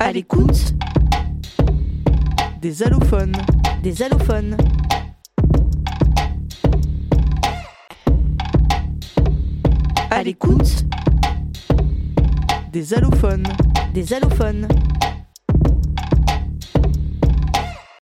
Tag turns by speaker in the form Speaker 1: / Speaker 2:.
Speaker 1: à l'écoute
Speaker 2: des allophones.
Speaker 1: des allophones. À l'écoute
Speaker 2: des allophones.
Speaker 1: des allophones.